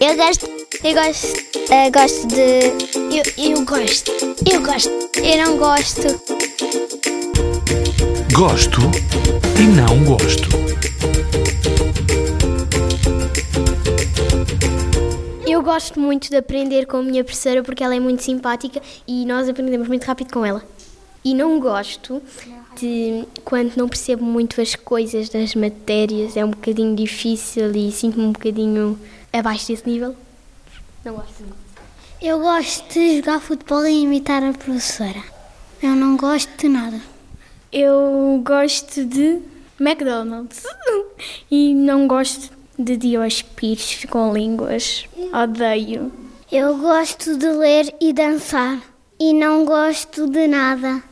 Eu gosto. Eu gosto. eh, Eu gosto de. Eu, eu gosto. Eu gosto. Eu não gosto. Gosto e não gosto. Eu gosto muito de aprender com a minha professora porque ela é muito simpática e nós aprendemos muito rápido com ela. E não gosto de quando não percebo muito as coisas das matérias, é um bocadinho difícil e sinto-me um bocadinho abaixo desse nível. Não gosto. Eu gosto de jogar futebol e imitar a professora. Eu não gosto de nada. Eu gosto de McDonald's e não gosto de Diospires com línguas. Odeio. Eu gosto de ler e dançar e não gosto de nada.